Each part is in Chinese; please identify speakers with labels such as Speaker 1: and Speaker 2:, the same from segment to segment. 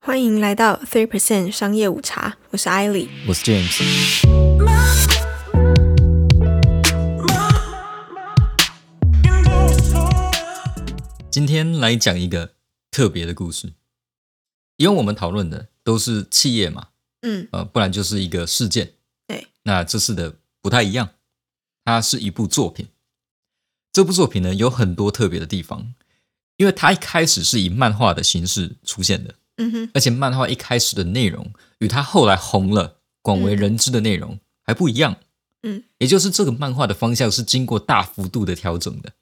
Speaker 1: 欢迎来到 Three Percent 商业午茶，我是艾莉。
Speaker 2: 我是 James。今天来讲一个特别的故事，因为我们讨论的都是企业嘛，
Speaker 1: 嗯，
Speaker 2: 呃，不然就是一个事件。
Speaker 1: 对，
Speaker 2: 那这次的不太一样，它是一部作品。这部作品呢有很多特别的地方，因为它一开始是以漫画的形式出现的，
Speaker 1: 嗯哼，
Speaker 2: 而且漫画一开始的内容与它后来红了、广为人知的内容还不一样。
Speaker 1: 嗯，
Speaker 2: 也就是这个漫画的方向是经过大幅度的调整的。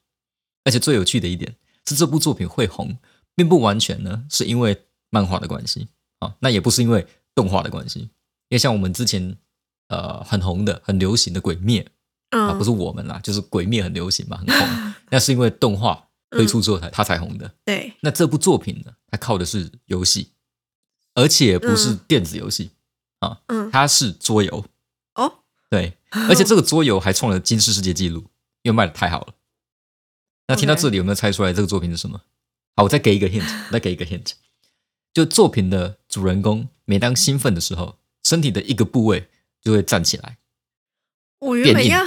Speaker 2: 而且最有趣的一点是，这部作品会红，并不完全呢是因为漫画的关系啊，那也不是因为动画的关系，因为像我们之前呃很红的、很流行的《鬼灭》啊，
Speaker 1: 嗯，
Speaker 2: 不是我们啦，就是《鬼灭》很流行嘛，很 红，那是因为动画推出
Speaker 1: 嗯
Speaker 2: 之后才它才红的。
Speaker 1: 对，
Speaker 2: 那这部作品呢，它靠的是游戏，而且不是
Speaker 1: 嗯
Speaker 2: 电子游戏，
Speaker 1: 嗯，
Speaker 2: 它是桌游。
Speaker 1: 哦，
Speaker 2: 对，而且这个桌游还创了金氏世界纪录，因为卖的太好了。那听到
Speaker 1: OK
Speaker 2: 这里有没有猜出来这个作品是什么？好，我再给一个 hint，我再给一个 hint。就作品的主人公，每当兴奋的时候，身体的一个部位就会站起来
Speaker 1: 我原本
Speaker 2: 变硬
Speaker 1: 要，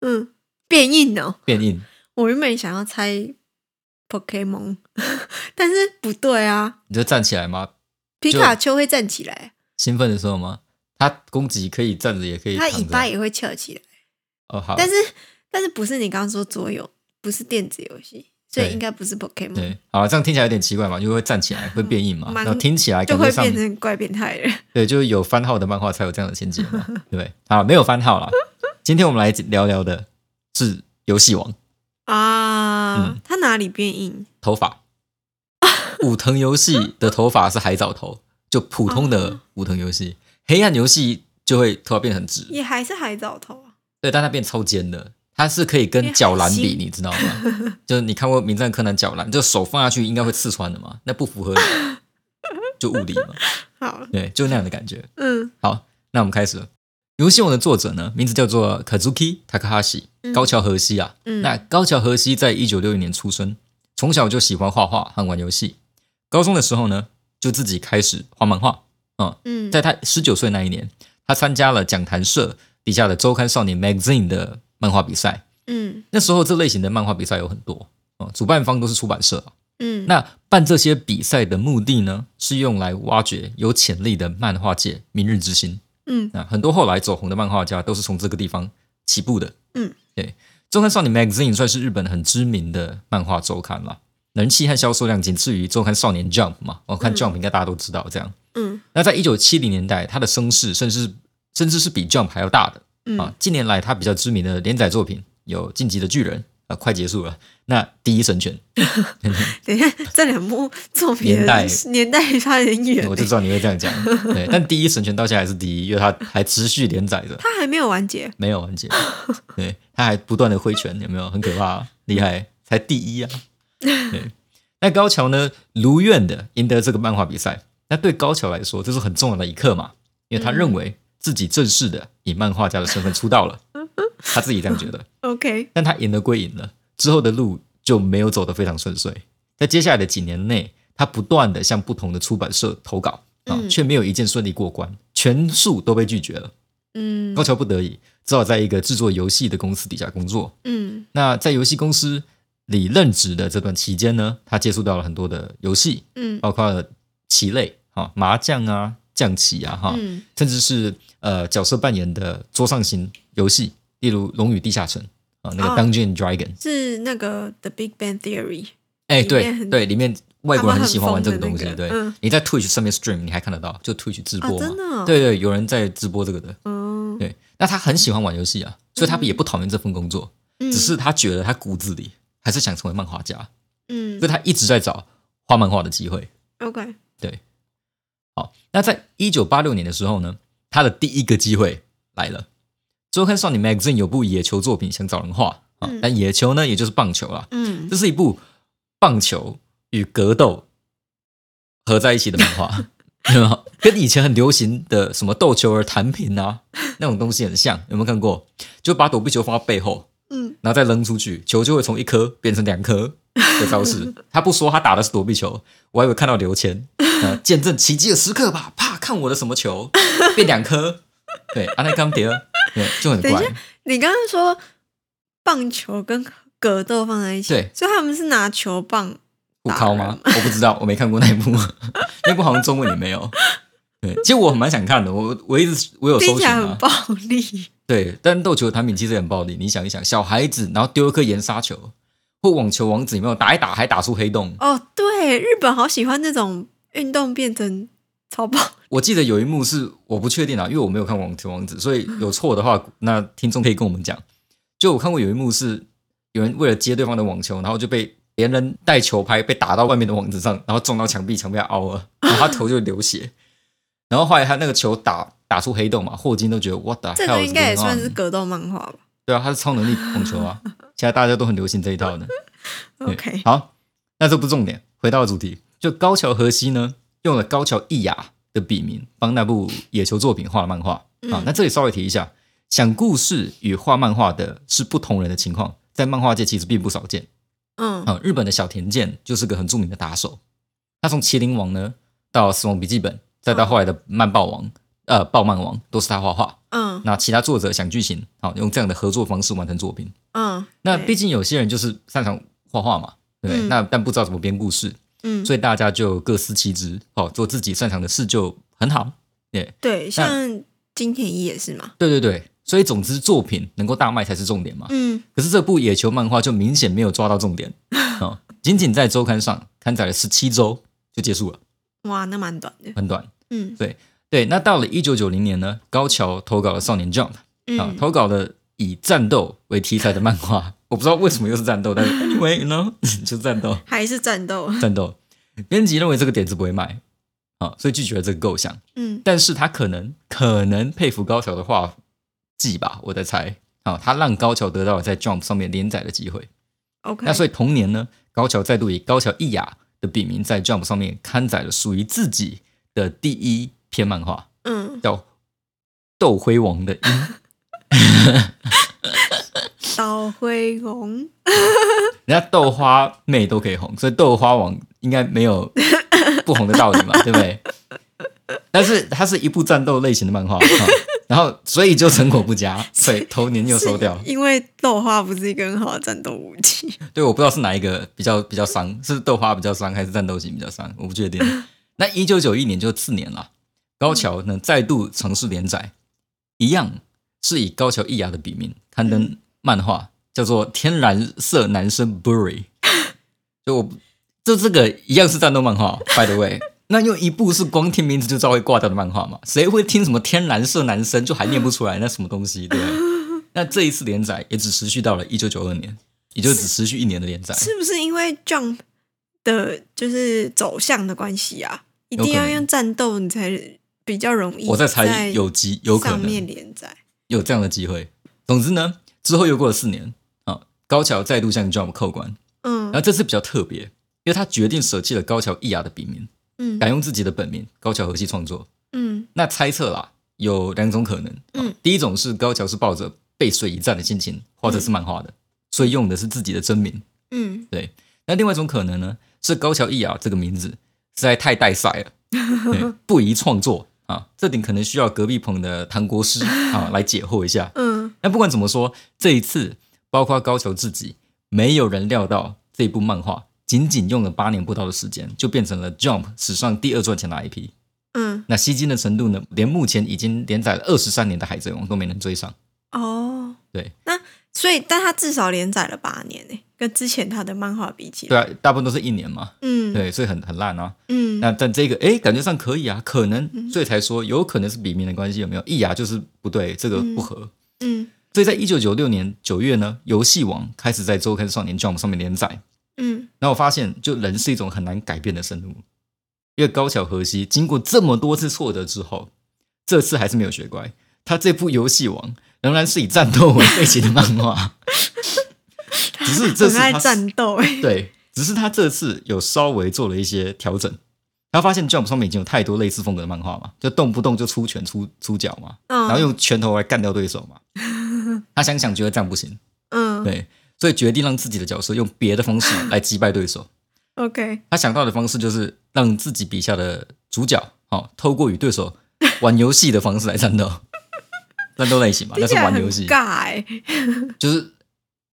Speaker 1: 嗯，变硬哦。
Speaker 2: 变硬。
Speaker 1: 我原本想要猜 Pokemon，但 是不对啊，
Speaker 2: 你就站起来吗？
Speaker 1: 皮卡丘会站起来，
Speaker 2: 兴奋的时候吗？它攻击可以站着，也可以
Speaker 1: 它
Speaker 2: 躺
Speaker 1: 尾
Speaker 2: 着。
Speaker 1: 巴也会翘起来。
Speaker 2: 哦，好。
Speaker 1: 但是，但是不是你刚刚说桌游，不是电子游戏，所以
Speaker 2: 对
Speaker 1: 应该不是 Pokemon，
Speaker 2: 对，好了，这样听起来有点奇怪嘛，就会站 起来，会变硬嘛，
Speaker 1: 嗯蛮
Speaker 2: 然后听起来
Speaker 1: 就
Speaker 2: 感觉
Speaker 1: 会
Speaker 2: 上
Speaker 1: 变成怪变态人。
Speaker 2: 对，就是有番号的漫画才有这样的情节 嘛，对不对？好，没有番号啦。今天我们来聊聊的是游戏王
Speaker 1: 啊
Speaker 2: 嗯，
Speaker 1: 它哪里变硬？
Speaker 2: 头发， 武藤游戏的头发是海藻头，就普通
Speaker 1: 哦
Speaker 2: 的武藤游戏，黑暗游戏就会头发变很直，
Speaker 1: 也还是海藻头啊？
Speaker 2: 对，但它变超尖的，它是可以跟角兰比，
Speaker 1: 因为很
Speaker 2: 你知道 吗？就是你看过《名侦探柯南》角兰，就手放下去应该会刺穿的嘛，那不符合 就物理嘛，
Speaker 1: 好，
Speaker 2: 对，就那样的感觉。
Speaker 1: 嗯
Speaker 2: 好，那我们开始了。游戏王的作者呢，名字叫做 Kazuki Takahashi，
Speaker 1: 嗯
Speaker 2: 高桥和希啊。
Speaker 1: 嗯，
Speaker 2: 那高桥和希在一九六一年出生，从小就喜欢画画和玩游戏。高中的时候呢，就自己开始画漫画。嗯，
Speaker 1: 嗯
Speaker 2: 在他十九岁那一年，他参加了讲坛社底下的周刊少年 Magazine 的漫画比赛。
Speaker 1: 嗯
Speaker 2: 那时候这类型的漫画比赛有很多，嗯，主办方都是出版社啊、
Speaker 1: 嗯，
Speaker 2: 那办这些比赛的目的呢，是用来挖掘有潜力的漫画界明日之星。
Speaker 1: 嗯
Speaker 2: 那很多后来走红的漫画家都是从这个地方起步的。
Speaker 1: 嗯，
Speaker 2: 对，《周刊少年 Magazine》算是日本很知名的漫画周刊了，人气和销售量仅次于《周刊少年 Jump》嘛。我看
Speaker 1: 嗯
Speaker 2: Jump 应该大家都知道这样。
Speaker 1: 嗯
Speaker 2: 那在一九七零年代，它的声势甚至甚至是比 Jump 还要大的。啊
Speaker 1: 嗯，
Speaker 2: 近年来他比较知名的连载作品有《进击的巨人》啊、快结束了。那《第一神拳
Speaker 1: 等一下，这两部作品
Speaker 2: 年代
Speaker 1: 的 年代差有点》，远
Speaker 2: 我就
Speaker 1: 欸，
Speaker 2: 知道你会这样 讲。对，但《第一神拳》到现在还是第一，因为它还持续连载着。
Speaker 1: 它还没有完结。
Speaker 2: 没有完结， 对，他还不断的挥拳，有没有很可怕、厉害，才第一啊！对，那高桥呢，如愿的赢得这个漫画比赛，那对高桥来说，这是很重要的一刻嘛，因为他认为自己正式的以漫画家的身份出道了，他自己这样觉得。
Speaker 1: OK，
Speaker 2: 但他赢了归赢了，之后的路就没有走得非常顺遂。在接下来的几年内，他不断的向不同的出版社投稿啊，
Speaker 1: 嗯
Speaker 2: 却没有一件顺利过关，全数都被拒绝了。
Speaker 1: 嗯
Speaker 2: 高桥不得已，只好在一个制作游戏的公司底下工作。
Speaker 1: 嗯
Speaker 2: 那在游戏公司里任职的这段期间呢，他接触到了很多的游戏，
Speaker 1: 嗯
Speaker 2: 包括棋类啊、麻将啊、象棋啊，哈、
Speaker 1: 嗯
Speaker 2: 甚至是呃角色扮演的桌上型游戏，例如《龙与地下城》啊，那
Speaker 1: 哦
Speaker 2: 个 Dungeon Dragon。
Speaker 1: 是那个《The Big Bang Theory》。
Speaker 2: 哎、
Speaker 1: 里面
Speaker 2: 对
Speaker 1: 很
Speaker 2: 对，里面外国人很喜欢玩这个
Speaker 1: 他们很
Speaker 2: 东西。
Speaker 1: 疯的那
Speaker 2: 对、
Speaker 1: 个嗯
Speaker 2: 你在 Twitch 上面 stream，你还看得到，就 Twitch 直播嘛。
Speaker 1: 哦真的哦
Speaker 2: 对对，有人在直播这个的。
Speaker 1: 哦，
Speaker 2: 对，那他很喜欢玩游戏啊，所以他也不讨厌这份工作，
Speaker 1: 嗯
Speaker 2: 只是他觉得他骨子里还是想成为漫画家，
Speaker 1: 嗯
Speaker 2: 所以他一直在找画漫画的机会。
Speaker 1: ，OK，
Speaker 2: 好，那在一九八六年的时候呢，他的第一个机会来了。周刊少年 Magazine 有部野球作品想找人画啊
Speaker 1: 嗯，
Speaker 2: 但野球呢，也就是棒球啦，
Speaker 1: 嗯
Speaker 2: 这是一部棒球与格斗合在一起的漫 画，有没有跟以前很流行的什么斗球儿弹平啊那种东西很像，有没有看过？就把躲避球放到背后，
Speaker 1: 嗯
Speaker 2: 然后再扔出去，球就会从一颗变成两颗，的 招式。他不说他打的是躲避球，我还以为看到刘谦，呃，见证奇迹的时刻吧，啪，看我的什么球变两颗，对，阿内康迪尔，对，就很
Speaker 1: 等一
Speaker 2: 怪
Speaker 1: 下。你刚刚说棒球跟格斗放在一起，
Speaker 2: 对
Speaker 1: 所以他们是拿球棒
Speaker 2: 互敲吗？我不知道，我没看过那一部，那部好像中文也没有。对，其实我很蛮想看的，我我一直我有
Speaker 1: 听
Speaker 2: 搜
Speaker 1: 起
Speaker 2: 寻
Speaker 1: 来很
Speaker 2: 啊。
Speaker 1: 暴力。
Speaker 2: 对，但斗球的产品其实很暴力，你想一想，小孩子然后丢一颗盐沙球，或网球王子有没有打一打还打出黑洞？
Speaker 1: 哦，对，日本好喜欢那种运动变成超暴。
Speaker 2: 我记得有一幕是我不确定啊，因为我没有看网球王子，所以有错的话，那听众可以跟我们讲。就我看过有一幕是有人为了接对方的网球，然后就被别人带球拍被打到外面的网子上，然后撞到墙壁，墙壁还凹 了，然后他头就流血。然后后来他那个球打打出黑洞嘛，霍金都觉得 what the hell
Speaker 1: 这个
Speaker 2: is
Speaker 1: 应该也
Speaker 2: going
Speaker 1: 算
Speaker 2: on？
Speaker 1: 是格斗漫画吧
Speaker 2: 对啊，他是超能力网球啊，现在大家都很流行这一套的。对
Speaker 1: ？OK，
Speaker 2: 好，那这不重点，回到主题，就高桥和希呢，用了高桥一雅的笔名帮那部野球作品画了漫画、啊
Speaker 1: 嗯。
Speaker 2: 那这里稍微提一下，讲故事与画漫画的是不同人的情况，在漫画界其实并不少见
Speaker 1: 嗯，
Speaker 2: 啊。日本的小田健就是个很著名的打手，他从《麒麟王》呢到《死亡笔记本》，再到后来的《漫报王》呃《暴漫王》，都是他画画。
Speaker 1: 嗯
Speaker 2: 那其他作者想剧情，好、用这样的合作方式完成作品。
Speaker 1: 嗯，
Speaker 2: 那
Speaker 1: 对
Speaker 2: 毕竟有些人就是擅长画画嘛，对不对？
Speaker 1: 嗯
Speaker 2: 那但不知道怎么编故事，
Speaker 1: 嗯
Speaker 2: 所以大家就各司其职，哦，做自己擅长的事就很好。
Speaker 1: 对，像金田一也是嘛，
Speaker 2: 对对对，所以总之作品能够大卖才是重点嘛。
Speaker 1: 嗯
Speaker 2: 可是这部野球漫画就明显没有抓到 重点，哦，仅仅在周刊上刊载了十七周就结束了，
Speaker 1: 哇，那蛮短的，
Speaker 2: 很短。
Speaker 1: 嗯
Speaker 2: 对，那到了一九九零年呢，高桥投稿了《少年 Jump》啊，
Speaker 1: 嗯
Speaker 2: 投稿了以战斗为题材的漫画。我不知道为什么又是战斗，但是 anyway，you know，就是 战斗。
Speaker 1: 还是战斗，
Speaker 2: 战斗。编辑认为这个点子不会卖啊，所以拒绝了这个构想。
Speaker 1: 嗯
Speaker 2: 但是他可能可能佩服高桥的画技吧，我在猜啊，他让高桥得到了在 Jump 上面连载的机会。
Speaker 1: ，OK，
Speaker 2: 那所以同年呢，高桥再度以高桥一雅的笔名在 Jump 上面刊载了属于自己的第一篇漫画，
Speaker 1: 嗯，
Speaker 2: 叫《斗辉王的鹰》。
Speaker 1: 刀灰龙，
Speaker 2: 人家豆花妹都可以红，所以豆花王应该没 有不红的道理嘛，对不对？但是它是一部战斗类型的漫 画，啊然后所以就成果不佳，所以头年又收掉。
Speaker 1: 是因为豆花不是一个很好的战斗武器，
Speaker 2: 对，我不知道是哪一个比较比较伤，是豆花比较伤还是战斗型比较伤，我不确定。那一九九一年就是次年了，高桥呢再度尝试连载，一样是以高桥一雅的笔名刊登漫画，叫做《天然色男生 Bury》。就我就这个一样是战斗漫画，by the way。那又一部是光听名字就知道会挂掉的漫画嘛？谁会听什么天然色男生就还念不出来那什么东西，对不对？那这一次连载也只持续到了一九九二年，也就只持续一年的连载。
Speaker 1: 是不是因为 Jump 的就是走向的关系啊？一
Speaker 2: 有
Speaker 1: 定
Speaker 2: 可
Speaker 1: 要
Speaker 2: 能
Speaker 1: 用战斗，你才比较容易。
Speaker 2: 我在猜有机有可
Speaker 1: 上面
Speaker 2: 能
Speaker 1: 连载，
Speaker 2: 有这样的机会。总之呢，之后又过了四年啊，高桥再度向 Jump 扣关，
Speaker 1: 嗯
Speaker 2: 然后这次比较特别，因为他决定舍弃了高桥一雅的笔名，
Speaker 1: 嗯
Speaker 2: 改用自己的本名高桥和希创作。
Speaker 1: 嗯
Speaker 2: 那猜测啦，有两种可能。啊
Speaker 1: 嗯
Speaker 2: 第一种是高桥是抱着背水一战的心情画这是漫画的，所以用的是自己的真名。
Speaker 1: 嗯，
Speaker 2: 那另外一种可能呢，是高桥一雅这个名字实在太带赛 了，对不宜创作啊。这点可能需要隔壁棚的唐国师啊来解惑一下。
Speaker 1: 嗯
Speaker 2: 那不管怎么说，这一次包括高桥自己，没有人料到这部漫画仅仅用了八年不到的时间，就变成了 Jump 史上第二赚钱的 IP。
Speaker 1: 嗯
Speaker 2: 那吸金的程度呢，连目前已经连载了二十三年的《海贼王》都没能追上。
Speaker 1: 哦，
Speaker 2: 对，
Speaker 1: 那所以但他至少连载了八年呢，跟之前他的漫画比起来，
Speaker 2: 对啊，大部分都是一年嘛，
Speaker 1: 嗯
Speaker 2: 对，所以很很烂啊。
Speaker 1: 嗯
Speaker 2: 那但这个哎，诶感觉上可以啊，可能，所以才说有可能是笔名的关系，有没有？意雅就是不对，这个不合。
Speaker 1: 嗯
Speaker 2: 所以在一九九六年九月呢，游戏王开始在周刊少年 Jump 上面连载。
Speaker 1: 嗯
Speaker 2: 然后我发现，就人是一种很难改变的生物，因为高桥和希经过这么多次挫折之后，这次还是没有学乖。他这部游戏王仍然是以战斗为背景的漫 画，只是这
Speaker 1: 很
Speaker 2: 次
Speaker 1: 爱
Speaker 2: 他
Speaker 1: 战斗哎，
Speaker 2: 对，只是他这次有稍微做了一些调整。他发现 Jump 上面已经有太多类似风格的漫画嘛，就动不动就出拳出出脚 嘛，然后
Speaker 1: 嗯
Speaker 2: 用拳头来干掉对手嘛。他想想觉得这样不行，
Speaker 1: 嗯
Speaker 2: 对，所以决定让自己的角色用别的方式来击败对手。
Speaker 1: OK，
Speaker 2: 他想到的方式就是让自己笔下的主角，哦，透过与对手 玩游戏的方式来战斗，战斗类型嘛，
Speaker 1: 听
Speaker 2: 那
Speaker 1: 起
Speaker 2: 是
Speaker 1: 来
Speaker 2: 玩
Speaker 1: 很
Speaker 2: 游戏，啊
Speaker 1: 尬哎、
Speaker 2: 就是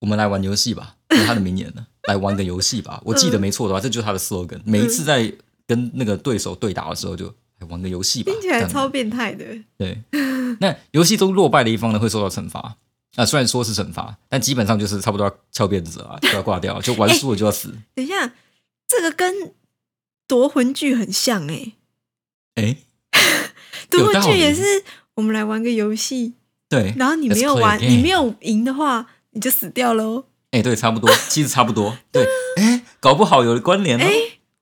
Speaker 2: 我们来玩游戏吧，这是他的 名言呢，来玩个游戏
Speaker 1: 嗯
Speaker 2: 吧。我记得没错的话，这就是他的 slogan。每一次在跟那个对手对打的时候就，来玩个游戏吧，
Speaker 1: 听起
Speaker 2: 这
Speaker 1: 来
Speaker 2: 样子
Speaker 1: 超变态的。
Speaker 2: 对，那游戏中落败的一方呢，会受到惩罚。啊、虽然说是惩罚，但基本上就是差不多要翘辫子了啊，就要挂掉了，就玩输了就要死。
Speaker 1: 等一下，这个跟夺魂剧很像 哎、
Speaker 2: 哎、
Speaker 1: 夺魂
Speaker 2: 道
Speaker 1: 剧
Speaker 2: 理
Speaker 1: 也是我们来玩个游戏，
Speaker 2: 对，
Speaker 1: 然后你
Speaker 2: Let's
Speaker 1: 没有
Speaker 2: play a
Speaker 1: 玩，
Speaker 2: game
Speaker 1: 你没有赢的话，你就死掉喽。
Speaker 2: 哎、对，差不多，其实差不多，对，哎、搞不好有关联哦，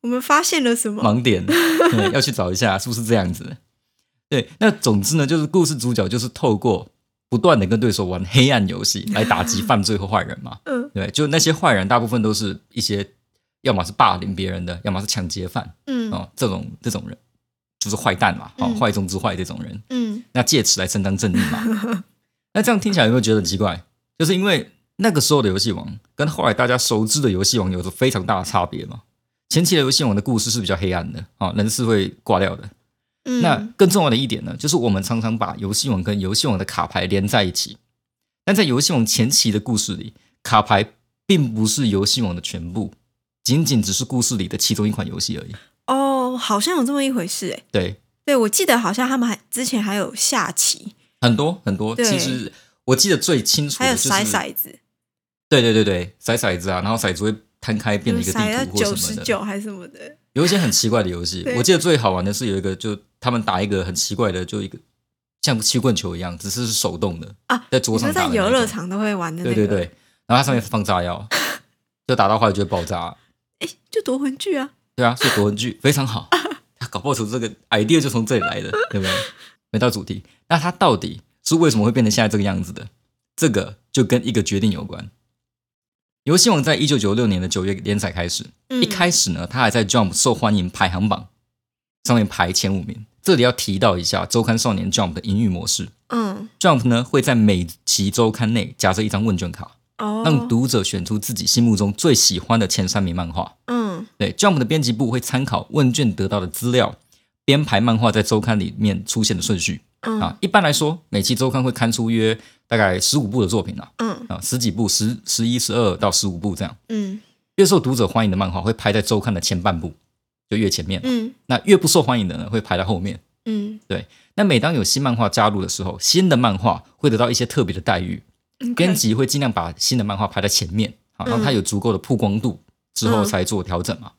Speaker 1: 我们发现了什么？
Speaker 2: 盲点，对，要去找一下是不是这样子。对，那总之呢，就是故事主角就是透过不断的跟对手玩黑暗游戏来打击犯罪和坏人嘛。
Speaker 1: 嗯
Speaker 2: 对，就那些坏人大部分都是一些要么是霸凌别人的，要么是抢劫犯，
Speaker 1: 嗯
Speaker 2: 哦，这种这种人就是坏蛋嘛，哦，
Speaker 1: 嗯
Speaker 2: 坏中之坏这种人，
Speaker 1: 嗯，
Speaker 2: 那借此来伸张正义嘛。 那这样听起来有没有觉得很奇怪？就是因为那个时候的游戏王跟后来大家熟知的游戏王有着非常大的差别嘛。前期的游戏王的故事是比较黑暗的啊、哦人是会挂掉的。
Speaker 1: 嗯
Speaker 2: 那更重要的一点呢，就是我们常常把游戏王跟游戏王的卡牌连在一起，但在游戏王前期的故事里，卡牌并不是游戏王的全部，仅仅只是故事里的其中一款游戏而已。
Speaker 1: 哦，好像有这么一回事哎、
Speaker 2: 对，
Speaker 1: 对，我记得好像他们还之前还有下棋，
Speaker 2: 很多很多，
Speaker 1: 对
Speaker 2: 其实我记得最清楚
Speaker 1: 还
Speaker 2: 的
Speaker 1: 有
Speaker 2: 就是
Speaker 1: 甩骰子，
Speaker 2: 对对对对，骰骰子啊，然后骰子会摊开变成一个
Speaker 1: 甩到
Speaker 2: 地图
Speaker 1: 九
Speaker 2: 或什
Speaker 1: 十
Speaker 2: 么的，
Speaker 1: 九还是什么的。
Speaker 2: 有一些很奇怪的游戏
Speaker 1: 对。
Speaker 2: 我记得最好玩的是有一个，就他们打一个很奇怪的，就一个像气棍球一样，只是是手动的
Speaker 1: 啊
Speaker 2: 在桌
Speaker 1: 你说
Speaker 2: 上打
Speaker 1: 在
Speaker 2: 的那
Speaker 1: 游乐
Speaker 2: 种，
Speaker 1: 场都会玩的那
Speaker 2: 对
Speaker 1: 个，
Speaker 2: 对对，然后它上面是放炸药，就打到后来就会爆炸，
Speaker 1: 哎，就夺魂剧啊，
Speaker 2: 对啊，所以夺魂剧 非常好，他搞不好从这个 idea 就从这里来的，对不 对？回到主题，那它到底是为什么会变成现在这个样子的？这个就跟一个决定有关。游戏王在一九九六年的九月连载开始，
Speaker 1: 嗯
Speaker 2: 一开始呢，它还在 Jump 受欢迎排行榜上面排前五名。这里要提到一下周刊少年 Jump 的营运模式
Speaker 1: 嗯
Speaker 2: ，Jump 呢会在每期周刊内夹着一张问卷卡，
Speaker 1: 哦，
Speaker 2: 让读者选出自己心目中最喜欢的前三名漫画。
Speaker 1: 嗯
Speaker 2: 对，Jump 的编辑部会参考问卷得到的资料，编排漫画在周刊里面出现的顺序
Speaker 1: 嗯
Speaker 2: 啊。一般来说，每期周刊会刊出约大概十五部的作品啊，
Speaker 1: 嗯
Speaker 2: 啊，十几部，十十一、十二到十五部这样。
Speaker 1: 嗯
Speaker 2: 越受读者欢迎的漫画会排在周刊的前半部，就越前面；
Speaker 1: 嗯
Speaker 2: 那越不受欢迎的呢，会排在后面。
Speaker 1: 嗯
Speaker 2: 那每当有新漫画加入的时候，新的漫画会得到一些特别的待遇，
Speaker 1: 嗯，
Speaker 2: 编辑会尽量把新的漫画排在前面，好让它有足够的曝光度之后
Speaker 1: 嗯
Speaker 2: 才做调整嘛。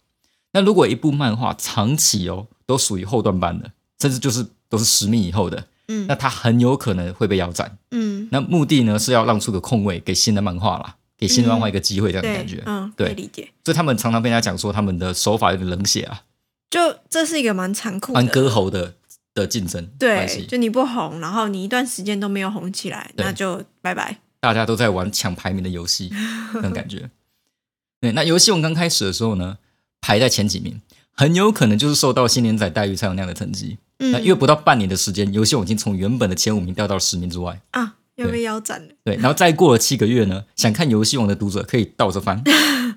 Speaker 2: 那如果一部漫画长期哦都属于后段班的，甚至就是都是十米以后的，
Speaker 1: 嗯
Speaker 2: 那它很有可能会被腰斩。
Speaker 1: 嗯，
Speaker 2: 那目的呢是要让出个空位给新的漫画啦，给新的漫画一个机会这样的
Speaker 1: 对，
Speaker 2: 感觉。
Speaker 1: 嗯，
Speaker 2: 对
Speaker 1: 可以理解。
Speaker 2: 所以他们常常被人家讲说他们的手法有点冷血啊，
Speaker 1: 就这是一个蛮残酷
Speaker 2: 玩
Speaker 1: 的，
Speaker 2: 歌喉的的竞争关
Speaker 1: 对，
Speaker 2: 系，
Speaker 1: 就你不红，然后你一段时间都没有红起来，
Speaker 2: 对
Speaker 1: 那就拜拜。
Speaker 2: 大家都在玩抢排名的 游戏那种感觉。对，那游戏王刚开始的时候呢，排在前几名，很有可能就是受到新连载待遇才有那样的成绩。那
Speaker 1: 嗯，
Speaker 2: 约不到半年的时间，游戏王已经从原本的前五名掉到十名之外。
Speaker 1: 啊，要被腰斩了。
Speaker 2: 对，然后再过了七个月呢，想看游戏王的读者可以倒着 翻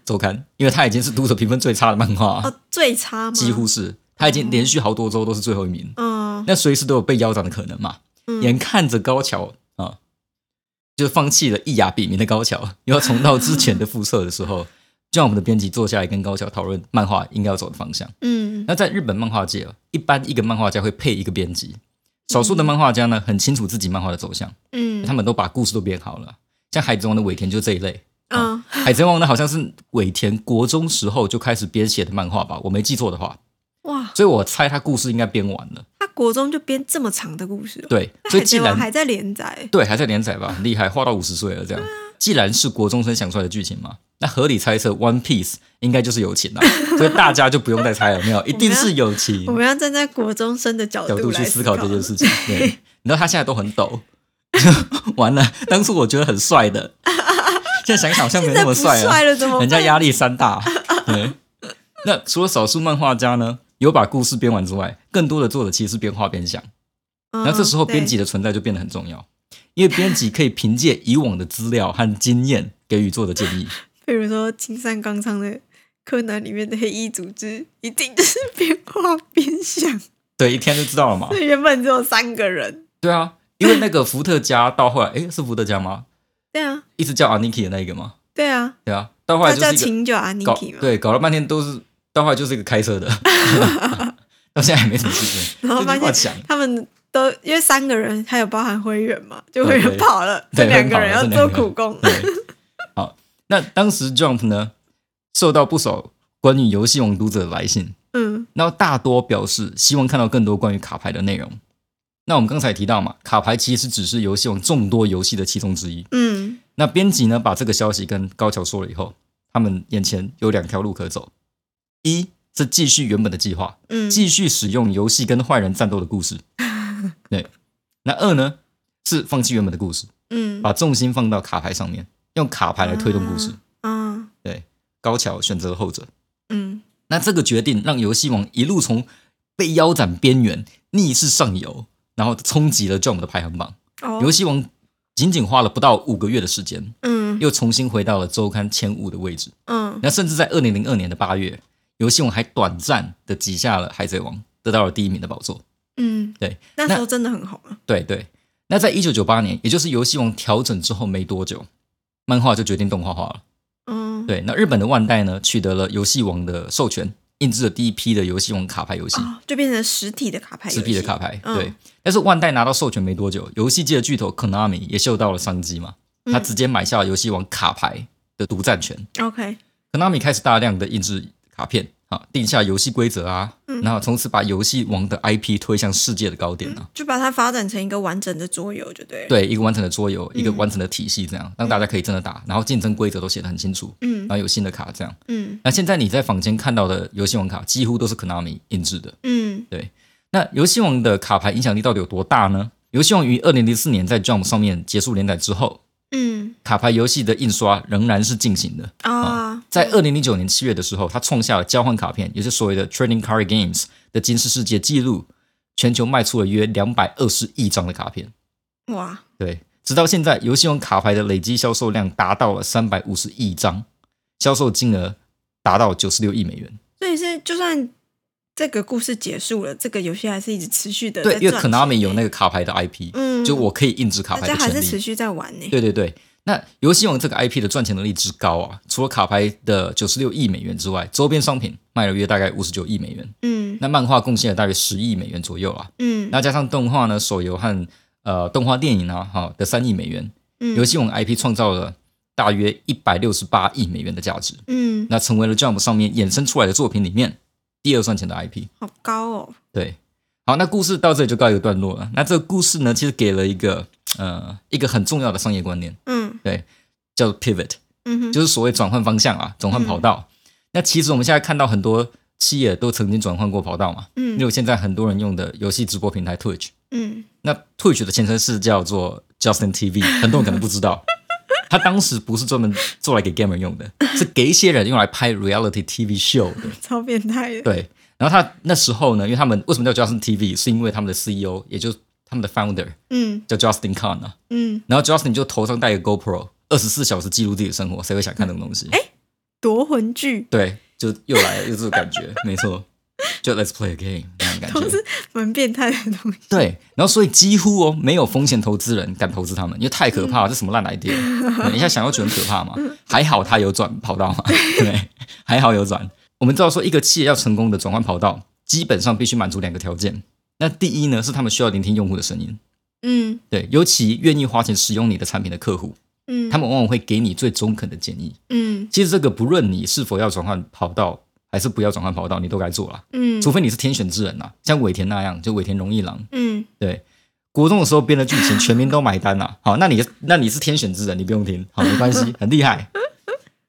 Speaker 2: 周刊，因为它已经是读者评分最差的漫画，
Speaker 1: 哦，最差吗？
Speaker 2: 几乎是它已经连续好多周都是最后一名，
Speaker 1: 嗯，
Speaker 2: 那随时都有被腰斩的可能嘛。
Speaker 1: 嗯
Speaker 2: 眼看着高桥啊，就放弃了一雅比名的高桥，又要重蹈之前的覆辙的时候，就让我们的编辑坐下来跟高桥讨论漫画应该要走的方向。
Speaker 1: 嗯
Speaker 2: 那在日本漫画界啊，一般一个漫画家会配一个编辑，少数的漫画家呢很清楚自己漫画的走向，
Speaker 1: 嗯
Speaker 2: 他们都把故事都编好了。像《海贼王》的尾田就这一类，
Speaker 1: 嗯
Speaker 2: 《海贼王》呢好像是尾田国中时候就开始编写的漫画吧，我没记错的话，
Speaker 1: 哇，
Speaker 2: 所以我猜他故事应该编完了。
Speaker 1: 他国中就编这么长的故事、哦，
Speaker 2: 对，
Speaker 1: 那
Speaker 2: 所以
Speaker 1: 海
Speaker 2: 既
Speaker 1: 贼
Speaker 2: 然
Speaker 1: 王还在连载，
Speaker 2: 对，还在连载吧，很厉害，画到五十岁了这样。
Speaker 1: 啊
Speaker 2: 既然是国中生想出来的剧情嘛，那合理猜测《One Piece》应该就是友情啦， 所以大家就不用再猜 了，没有，一定是友情
Speaker 1: 我们要站在国中生的角
Speaker 2: 嗯角度
Speaker 1: 来
Speaker 2: 去思考这件
Speaker 1: 事。
Speaker 2: 事 情。对，你知道他现在都很抖， 完了，当初我觉得很 帅的，现在想想好像没
Speaker 1: 现
Speaker 2: 那
Speaker 1: 在
Speaker 2: 么
Speaker 1: 不
Speaker 2: 帅了，
Speaker 1: 帅了怎么办？
Speaker 2: 人家压力山大。对，那除了少数漫画家呢，有把故事编完之外，更多的作者其实是边画边想。
Speaker 1: 嗯，
Speaker 2: 那这时候编辑
Speaker 1: 对
Speaker 2: 的存在就变得很重要，因为编辑可以凭借以往的资料和经验给予做 的建议。
Speaker 1: 比如说金山刚昌的柯南里面的黑衣组织，一定就是 边画边想。
Speaker 2: 对，一天就知道了嘛
Speaker 1: 所。以原本只有三个人。
Speaker 2: 对啊，因为那个伏特加到后来，诶，是伏特加吗？
Speaker 1: 对啊，
Speaker 2: 一直叫 Aniki 的那一个吗？
Speaker 1: 对啊，
Speaker 2: 对啊，到后来
Speaker 1: 他
Speaker 2: 就
Speaker 1: 叫
Speaker 2: 是一
Speaker 1: 秦九阿
Speaker 2: 个
Speaker 1: 尼
Speaker 2: 搞
Speaker 1: 基嘛。
Speaker 2: 对，搞了半天都是到后来就是一个 开车的，到现在也没什么事情。
Speaker 1: 然后
Speaker 2: 这
Speaker 1: 发
Speaker 2: 句话
Speaker 1: 现
Speaker 2: 讲，
Speaker 1: 他们都因为三个人，还有包含灰原嘛，就灰
Speaker 2: 对
Speaker 1: 原跑了，这
Speaker 2: 对
Speaker 1: 两个人
Speaker 2: 灰
Speaker 1: 要
Speaker 2: 原跑了
Speaker 1: 做苦工。
Speaker 2: 对，好，那当时 Jump 呢，受到不少关于游戏王读者的来信，
Speaker 1: 嗯
Speaker 2: 然后大多表示希望看到更多关于卡牌的内容。那我们刚才提到嘛，卡牌其实只是游戏王众多游戏的其中之一。
Speaker 1: 嗯，
Speaker 2: 那编辑呢，把这个消息跟高桥说了以后，他们眼前有两条路可走：一是继续原本的计划，
Speaker 1: 嗯
Speaker 2: 继续使用游戏跟坏人战斗的故事；对，那二呢是放弃原本的故事，
Speaker 1: 嗯
Speaker 2: 把重心放到卡牌上面，用卡牌来推动故事。
Speaker 1: 嗯
Speaker 2: 对，高桥选择了后者。
Speaker 1: 嗯，
Speaker 2: 那这个决定让游戏王一路从被腰斩边缘逆势上游，然后冲击了 Jump 的排行榜。
Speaker 1: 哦
Speaker 2: 游，戏王仅仅花了不到五个月的时间，
Speaker 1: 嗯
Speaker 2: 又重新回到了周刊前五的位置。
Speaker 1: 嗯
Speaker 2: 那甚至在二零零二年的八月，游戏王还短暂的挤下了海贼王，得到了第一名的宝座。
Speaker 1: 嗯，
Speaker 2: 对，
Speaker 1: 那时候真的很红啊。
Speaker 2: 对对。那在一九九八年，也就是游戏王调整之后没多久，漫画就决定动画化了。
Speaker 1: 嗯，
Speaker 2: 对，那日本的万代呢，取得了游戏王的授权，印制了第一批的游戏王卡牌游戏。
Speaker 1: 哦，就变成实体的卡牌游戏，
Speaker 2: 纸币的卡牌，
Speaker 1: 嗯
Speaker 2: 对。但是万代拿到授权没多久，游戏界的巨头 Konami 也嗅到了商机嘛，
Speaker 1: 嗯
Speaker 2: 他直接买下了游戏王卡牌的独占权。
Speaker 1: OK，
Speaker 2: Konami 开始大量的印制卡片啊，定下游戏规则啊，
Speaker 1: 嗯
Speaker 2: 然后从此把游戏王的 IP 推向世界的高点啊。
Speaker 1: 就把它发展成一个完整的桌游，就对了。，
Speaker 2: 对，一个完整的桌游，
Speaker 1: 嗯
Speaker 2: 一个完整的体系，这样让大家可以真的打，然后竞争规则都写得很清楚，
Speaker 1: 嗯
Speaker 2: 然后有新的卡这样。
Speaker 1: 嗯
Speaker 2: 那现在你在坊间看到的游戏王卡，几乎都是 Konami 印制的。
Speaker 1: 嗯
Speaker 2: 那游戏王的卡牌影响力到底有多大呢？游戏王于二零零四年在 Jump 上面结束连载之后，
Speaker 1: 嗯
Speaker 2: 卡牌游戏的印刷仍然是进行的。
Speaker 1: 啊，
Speaker 2: 在二零零九年七月的时候，他创下了交换卡片，也就是所谓的 Trading Card Games 的吉尼斯世界纪录，全球卖出了约两百二十亿张的卡片。
Speaker 1: 哇，
Speaker 2: 对，直到现在，游戏王卡牌的累计销售量达到了三百五十亿张，销售金额达到九十六亿美元。
Speaker 1: 所以是就算这个故事结束了，这个游戏还是一直持续的
Speaker 2: 对，因为 Konami
Speaker 1: 能
Speaker 2: 有那个卡牌的 IP，、
Speaker 1: 嗯，
Speaker 2: 就我可以印制卡
Speaker 1: 大
Speaker 2: 牌
Speaker 1: 家
Speaker 2: 的权
Speaker 1: 还
Speaker 2: 利。
Speaker 1: 是持续在玩呢。
Speaker 2: 对对对，那游戏王这个 IP 的赚钱能力之高啊，除了卡牌的九十六亿美元之外，周边商品卖了约大概五十九亿美元，
Speaker 1: 嗯
Speaker 2: 那漫画贡献了大约十亿美元左右啊。
Speaker 1: 嗯
Speaker 2: 那加上动画呢，手游和呃动画电影啊，哈、的三亿美元，
Speaker 1: 嗯，
Speaker 2: 游戏王 IP 创造了大约一百六十八亿美元的价值，
Speaker 1: 嗯，
Speaker 2: 那成为了 Jump 上面衍生出来的作品里面第二赚钱的 IP。
Speaker 1: 好高哦。
Speaker 2: 对，好，那故事到这里就告一个段落了。那这个故事呢，其实给了一个呃一个很重要的商业观念，
Speaker 1: 嗯
Speaker 2: 叫做 pivot。
Speaker 1: 嗯 哼，
Speaker 2: 就是所谓转换方向啊，转换跑道。那其实我们现在看到很多企业都曾经转换过跑道嘛，例
Speaker 1: 嗯
Speaker 2: 如现在很多人用的游戏直播平台 Twitch，
Speaker 1: 嗯
Speaker 2: 那 Twitch 的前身是叫做 Justin TV，很多人可能不知道， 它当时不是专门做来给 gamer 用的，是给一些人用来拍 reality TV show 的。
Speaker 1: 超变态的。
Speaker 2: 对，然后他那时候呢，因为他们为什么叫 Justin TV，是因为他们的 CEO，也就是他们的 founder
Speaker 1: 嗯
Speaker 2: 叫 Justin Khan 啊，
Speaker 1: 嗯，
Speaker 2: 然后 Justin 就头上戴一个 GoPro，二十四小时记录自己的生活，谁会想看这种东西？
Speaker 1: 夺魂剧
Speaker 2: 对，就又来了，又这种感觉，没错，就 Let's play a game 那种感
Speaker 1: 都
Speaker 2: 觉。
Speaker 1: 是嗯蛮变态的东西。
Speaker 2: 对，然后所以几乎哦，没有风险投资人敢投资他们，因为太可怕了，这什么烂 idea，对一下想要觉得很可怕嘛。还好他有转跑道嘛，对，还好有转。我们知道说，一个企业要成功的转换跑道，基本上必须满足两个条件。那第一呢，是他们需要聆听用户的声音，
Speaker 1: 嗯
Speaker 2: 对，尤其愿意花钱使用你的产品的客户，
Speaker 1: 嗯，
Speaker 2: 他们往往会给你最中肯的建议。
Speaker 1: 嗯
Speaker 2: 其实这个不论你是否要转换跑道，还是不要转换跑道，你都该做啦。
Speaker 1: 嗯
Speaker 2: 除非你是天选之人呐、啊像尾田那样，就尾田荣一郎，
Speaker 1: 嗯
Speaker 2: 对，国中的时候编的剧情，全民都买单啦、 好，那你那你是天选之人，你不用听，好，没关 系，很厉害。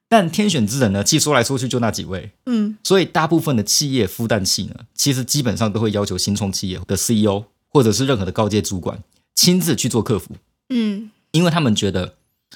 Speaker 2: 但天选之人呢，其实说来说去就那几位，
Speaker 1: 嗯
Speaker 2: 所以大部分的企业孵蛋器呢，其实基本上都会要求新创企业的 CEO 或者是任何的高阶主管亲自去做客服，
Speaker 1: 嗯
Speaker 2: 因为他们觉得，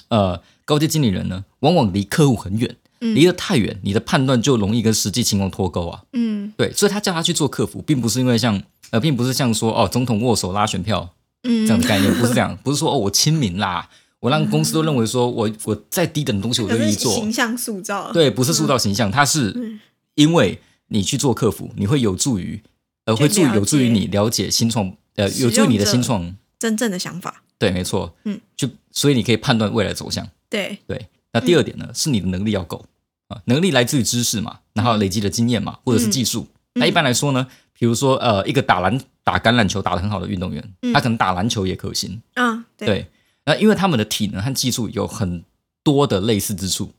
Speaker 2: 呃，高阶经理人呢，往往离客户很远，
Speaker 1: 嗯
Speaker 2: 离得太远，你的判断就容易跟实际情况脱钩啊。
Speaker 1: 嗯
Speaker 2: 对，所以他叫他去做客服，并不是因为像呃，并不是像说哦，总统握手拉选票
Speaker 1: 嗯
Speaker 2: 这样的概念，不是这样，不是说哦，我亲民啦，我让公司都认为说我我再低等的东西我
Speaker 1: 可
Speaker 2: 都愿
Speaker 1: 是
Speaker 2: 意做，
Speaker 1: 形象嗯塑造，，
Speaker 2: 对，不是塑造形象，它是因为你去做客服，你会有助于呃，
Speaker 1: 去
Speaker 2: 会助
Speaker 1: 了
Speaker 2: 有助于
Speaker 1: 解
Speaker 2: 你了解新创，呃，
Speaker 1: 使
Speaker 2: 有助于你的
Speaker 1: 用
Speaker 2: 新
Speaker 1: 者
Speaker 2: 创，
Speaker 1: 真正的想法，
Speaker 2: 对，没错，
Speaker 1: 嗯，
Speaker 2: 就所以你可以判断未来走向。
Speaker 1: 对，
Speaker 2: 对，那第二点呢，是你的能力要够啊，能力来自于知识嘛，然后累积的经验
Speaker 1: 嗯
Speaker 2: 嘛，或者是技术。那一般来说呢，比如说呃，一个打篮打橄榄球打得很好的运动员，
Speaker 1: 嗯
Speaker 2: 他可能打篮球也可行，
Speaker 1: 嗯，对，
Speaker 2: 对。那因为他们的体能和技术有很多的类似之处，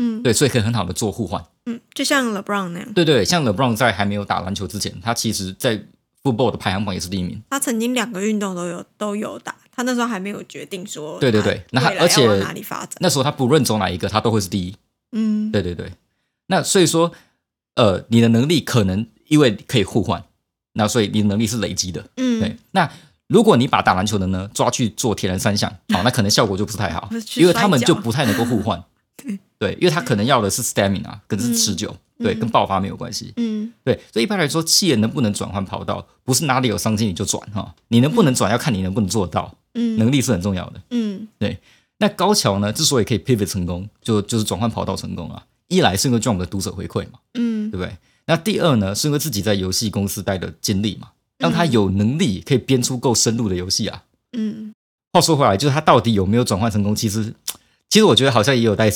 Speaker 1: 嗯，
Speaker 2: 对，所以可以很好的做互换。
Speaker 1: 嗯，就像 LeBron 那样，
Speaker 2: 对对，像 LeBron 在还没有打篮球之前，他其实在 football 的排行榜也是第一名。
Speaker 1: 他曾经两个运动都有都有打，他那时候还没有决定说，
Speaker 2: 对对对那他而且
Speaker 1: 往哪里发展，
Speaker 2: 那时候他不论走哪一个，他都会是第一。
Speaker 1: 嗯，
Speaker 2: 对对对，那所以说，呃，你的能力可能因为可以互换，那所以你的能力是累积的。对，
Speaker 1: 嗯，
Speaker 2: 那如果你把打篮球的呢抓去做铁人三项，好，那可能效果就不是太 好
Speaker 1: 或是，去
Speaker 2: 因为他们
Speaker 1: 摔
Speaker 2: 就
Speaker 1: 跤
Speaker 2: 不太能够互换。 对，因为他可能要的是 stamina，可能是持久，对，跟爆发没有关系。
Speaker 1: 嗯，
Speaker 2: 对，所以一般来说，企业能不能转换跑道，不是哪里有商机你就转哈、你能不能转要看你能不能做到，
Speaker 1: 嗯，
Speaker 2: 能力是很重要的。
Speaker 1: 嗯，
Speaker 2: 那高桥呢，之所以可以 pivot 成功，就就是转换跑道成功啊，一来是因为赚我们的读者回馈嘛，
Speaker 1: 嗯
Speaker 2: 对，不对？那第二呢，是因为自己在游戏公司待的经历嘛，让他有能力可以编出够深入的游戏啊。
Speaker 1: 嗯，
Speaker 2: 话说回来，就是他到底有没有转换成功，其实其实我觉得好像也有待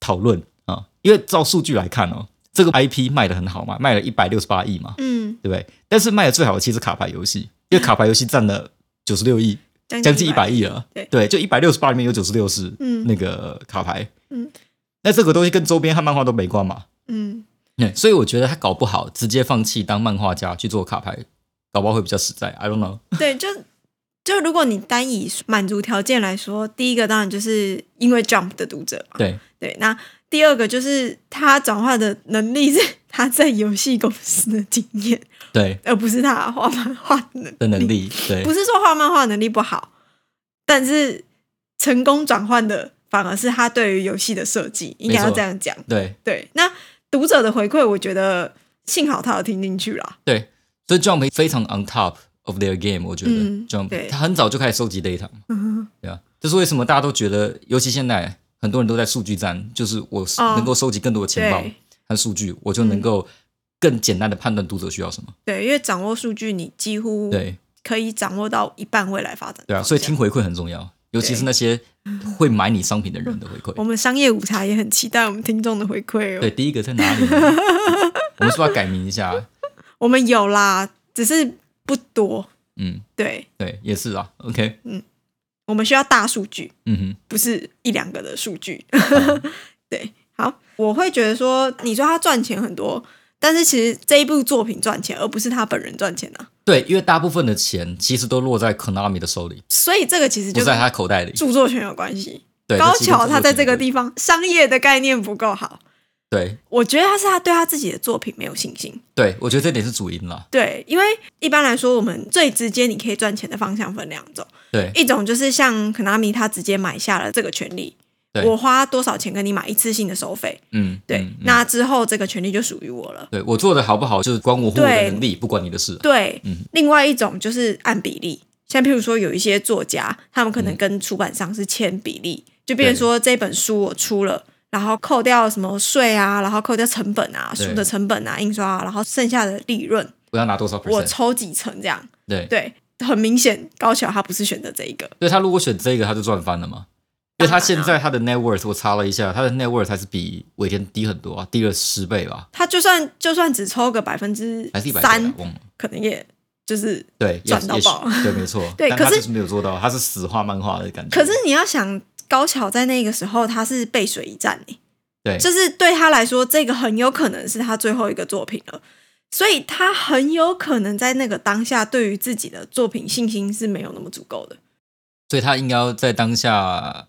Speaker 2: 讨论啊，因为照数据来看哦，这个 IP 卖的很好嘛，卖了一百六十八亿嘛，
Speaker 1: 嗯，
Speaker 2: 对不对？但是卖的最好的其实是卡牌游戏，因为卡牌游戏占了九十六亿，将近一百亿了。
Speaker 1: 对
Speaker 2: 就一百六十八里面有九十六是
Speaker 1: 嗯
Speaker 2: 那个卡牌。
Speaker 1: 嗯，
Speaker 2: 那这个东西跟周边和漫画都没关嘛。
Speaker 1: 嗯，
Speaker 2: 嗯，所以我觉得他搞不好直接放弃当漫画家去做卡牌，搞不好会比较实在。I don't know。
Speaker 1: 对，就就如果你单以满足条件来说，第一个当然就是因为 Jump 的读者嘛，
Speaker 2: 对
Speaker 1: 对，那第二个就是他转化的能力是他在游戏公司的经验，
Speaker 2: 对
Speaker 1: 而不是他画漫画的能力
Speaker 2: 的能力，对
Speaker 1: 不是说画漫画能力不好，但是成功转换的反而是他对于游戏的设计，应该要
Speaker 2: 没错
Speaker 1: 这样讲。
Speaker 2: 对
Speaker 1: 对，那读者的回馈，我觉得幸好他有听进去啦。
Speaker 2: 对，所以 Jump 非常 on top of their game。我觉得、
Speaker 1: 嗯
Speaker 2: Jump
Speaker 1: 对
Speaker 2: 他很早就开始收集 data 嘛。
Speaker 1: 嗯
Speaker 2: 对啊，这是为什么大家都觉得，尤其现在很多人都在数据战，就是我是
Speaker 1: 哦
Speaker 2: 能够收集更多的情报
Speaker 1: 对嗯
Speaker 2: 和数据，我就能够更简单的判断读者需要什么。
Speaker 1: 对，因为掌握数据，你几乎
Speaker 2: 对
Speaker 1: 可以掌握到一半未来发展。
Speaker 2: 对啊，所以听。回馈很重要，尤其是那些会买你商品的人的回
Speaker 1: 我
Speaker 2: 馈。
Speaker 1: 们商业午茶也很期待我们听众的回馈哦。
Speaker 2: 对，第一个在哪 里呢？我们是不是要改名一下？
Speaker 1: 我们有啦，只是不多。
Speaker 2: 嗯，
Speaker 1: 对，
Speaker 2: 对，也是啊。OK，
Speaker 1: 我们需要大数据，
Speaker 2: 嗯
Speaker 1: 不是一两个的数据。
Speaker 2: 哼，
Speaker 1: 对，好，我会觉得说，你说他赚钱很多，但是其实这一部作品赚钱，而不是他本人赚钱啊。
Speaker 2: 对，因为大部分的钱其实都落在 Konami 的手里，
Speaker 1: 所以这个其实
Speaker 2: 不
Speaker 1: 就
Speaker 2: 在
Speaker 1: 跟
Speaker 2: 他口袋里。
Speaker 1: 著作权有关系。
Speaker 2: 对，
Speaker 1: 高
Speaker 2: 这其实
Speaker 1: 桥
Speaker 2: 跟
Speaker 1: 他在这个
Speaker 2: 著作权有关
Speaker 1: 地方商业的概念不够好，
Speaker 2: 对
Speaker 1: 我觉得他是他对他自己的作品没有信心。
Speaker 2: 对，我觉得这点是主因啦。
Speaker 1: 对，因为一般来说，我们最直接你可以赚钱的方向分两种，
Speaker 2: 对
Speaker 1: 一种就是像 Konami 他直接买下了这个权利，
Speaker 2: 对
Speaker 1: 我花多少钱跟你买一次性的收费，
Speaker 2: 嗯，
Speaker 1: 对，
Speaker 2: 嗯嗯
Speaker 1: 那之后这个权利就属于我了。
Speaker 2: 对我做的好不好，就是关我和我的
Speaker 1: 对
Speaker 2: 能力，不关你的事啊。
Speaker 1: 对，
Speaker 2: 嗯
Speaker 1: 另外一种就是按比例，像譬如说有一些作家，他们可
Speaker 2: 嗯
Speaker 1: 能跟出版商是签比例，就变成说这本书我出了，然后扣掉什么税啊，然后扣掉成本啊，
Speaker 2: 对
Speaker 1: 书的成本啊，印刷啊，然后剩下的利润
Speaker 2: 我要拿多少
Speaker 1: 我
Speaker 2: percent？
Speaker 1: 抽几成这样。
Speaker 2: 对，
Speaker 1: 对，很明显高桥他不是选择这一个，
Speaker 2: 对他如果选这个，他就赚翻了嘛。因为
Speaker 1: 啊
Speaker 2: 他现在他的 net worth 我查了一下，他的 net worth 还是比尾田低很多啊，低了十倍吧，
Speaker 1: 他就算就算只抽个百分之
Speaker 2: 还是一百倍
Speaker 1: 三
Speaker 2: 啊，，忘了。
Speaker 1: 可能也就是。
Speaker 2: 对，也
Speaker 1: 赚到
Speaker 2: 也许
Speaker 1: 爆
Speaker 2: 对，没错。
Speaker 1: 对
Speaker 2: 但他
Speaker 1: 可是
Speaker 2: 就是没有做到，他是死画漫画的感觉。
Speaker 1: 可是你要想，高桥在那个时候他是背水一战欸
Speaker 2: 对，
Speaker 1: 就是对他来说，这个很有可能是他最后一个作品了，所以他很有可能在那个当下，对于自己的作品信心是没有那么足够的。
Speaker 2: 所以他应该要在当下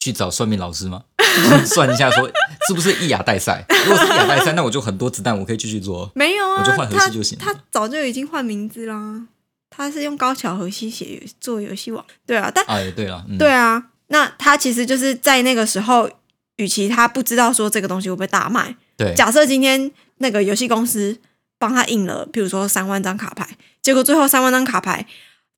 Speaker 2: 去找算命老师吗？ 算一下说是不是以牙代赛？如果是以牙代赛，那我就很多子弹，我可以继 续做。
Speaker 1: 没有啊，
Speaker 2: 我就换河西
Speaker 1: 他
Speaker 2: 就行了
Speaker 1: 他早就已经换名字啦，他是用高桥和希写游做游戏网，对啊，但、
Speaker 2: 哎，对了，嗯，
Speaker 1: 对啊，那他其实就是在那个时候，与其他不知道说这个东西会不会大卖，
Speaker 2: 对
Speaker 1: 假设今天那个游戏公司帮他印了，比如说三万张卡牌，结果最后三万张卡牌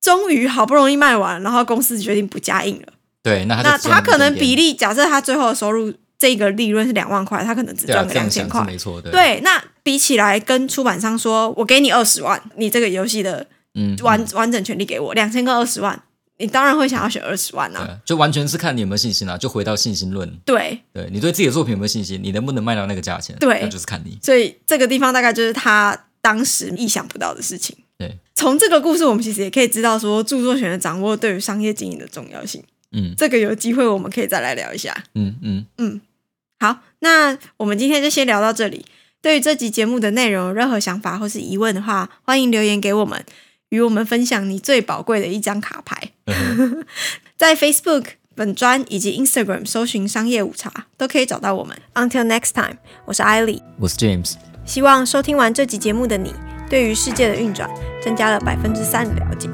Speaker 1: 终于好不容易卖完，然后公司决定不加印了，
Speaker 2: 对，那他
Speaker 1: 那
Speaker 2: 就赚
Speaker 1: 他可能
Speaker 2: 一点点
Speaker 1: 比例，假设他最后的收入这个利润是两万块，他可能只
Speaker 2: 对啊
Speaker 1: 赚，个
Speaker 2: 这样
Speaker 1: 两千
Speaker 2: 想
Speaker 1: 块
Speaker 2: 是。没错的。，
Speaker 1: 对，那比起来跟出版商说，我给你二十万，你这个游戏的
Speaker 2: 嗯，
Speaker 1: 完、完整权利给我两千跟二十万，你当然会想要选二十万啊。
Speaker 2: 对，就完全是看你有没有信心啊。就回到信心论，
Speaker 1: 对，
Speaker 2: 对你对自己的作品有没有信心，你能不能卖到那个价钱，
Speaker 1: 对
Speaker 2: 那就是看你。
Speaker 1: 所以这个地方大概就是他当时意想不到的事情。
Speaker 2: 对，
Speaker 1: 从这个故事，我们其实也可以知道说，著作权的掌握对于商业经营的重要性。
Speaker 2: 嗯
Speaker 1: 这个有机会我们可以再来聊一下。
Speaker 2: 嗯嗯，
Speaker 1: 好，那我们今天就先聊到这里。对于这集节目的内容有任何想法或是疑问的话，欢迎留言给我们，与我们分享你最宝贵的一张卡牌。 在 Facebook、本专以及 Instagram 搜寻“商业午茶”，都可以找到我们。Until next time，我是艾莉。
Speaker 2: 我是 James，
Speaker 1: 希望收听完这集节目的你，对于世界的运转增加了百分之三的了解。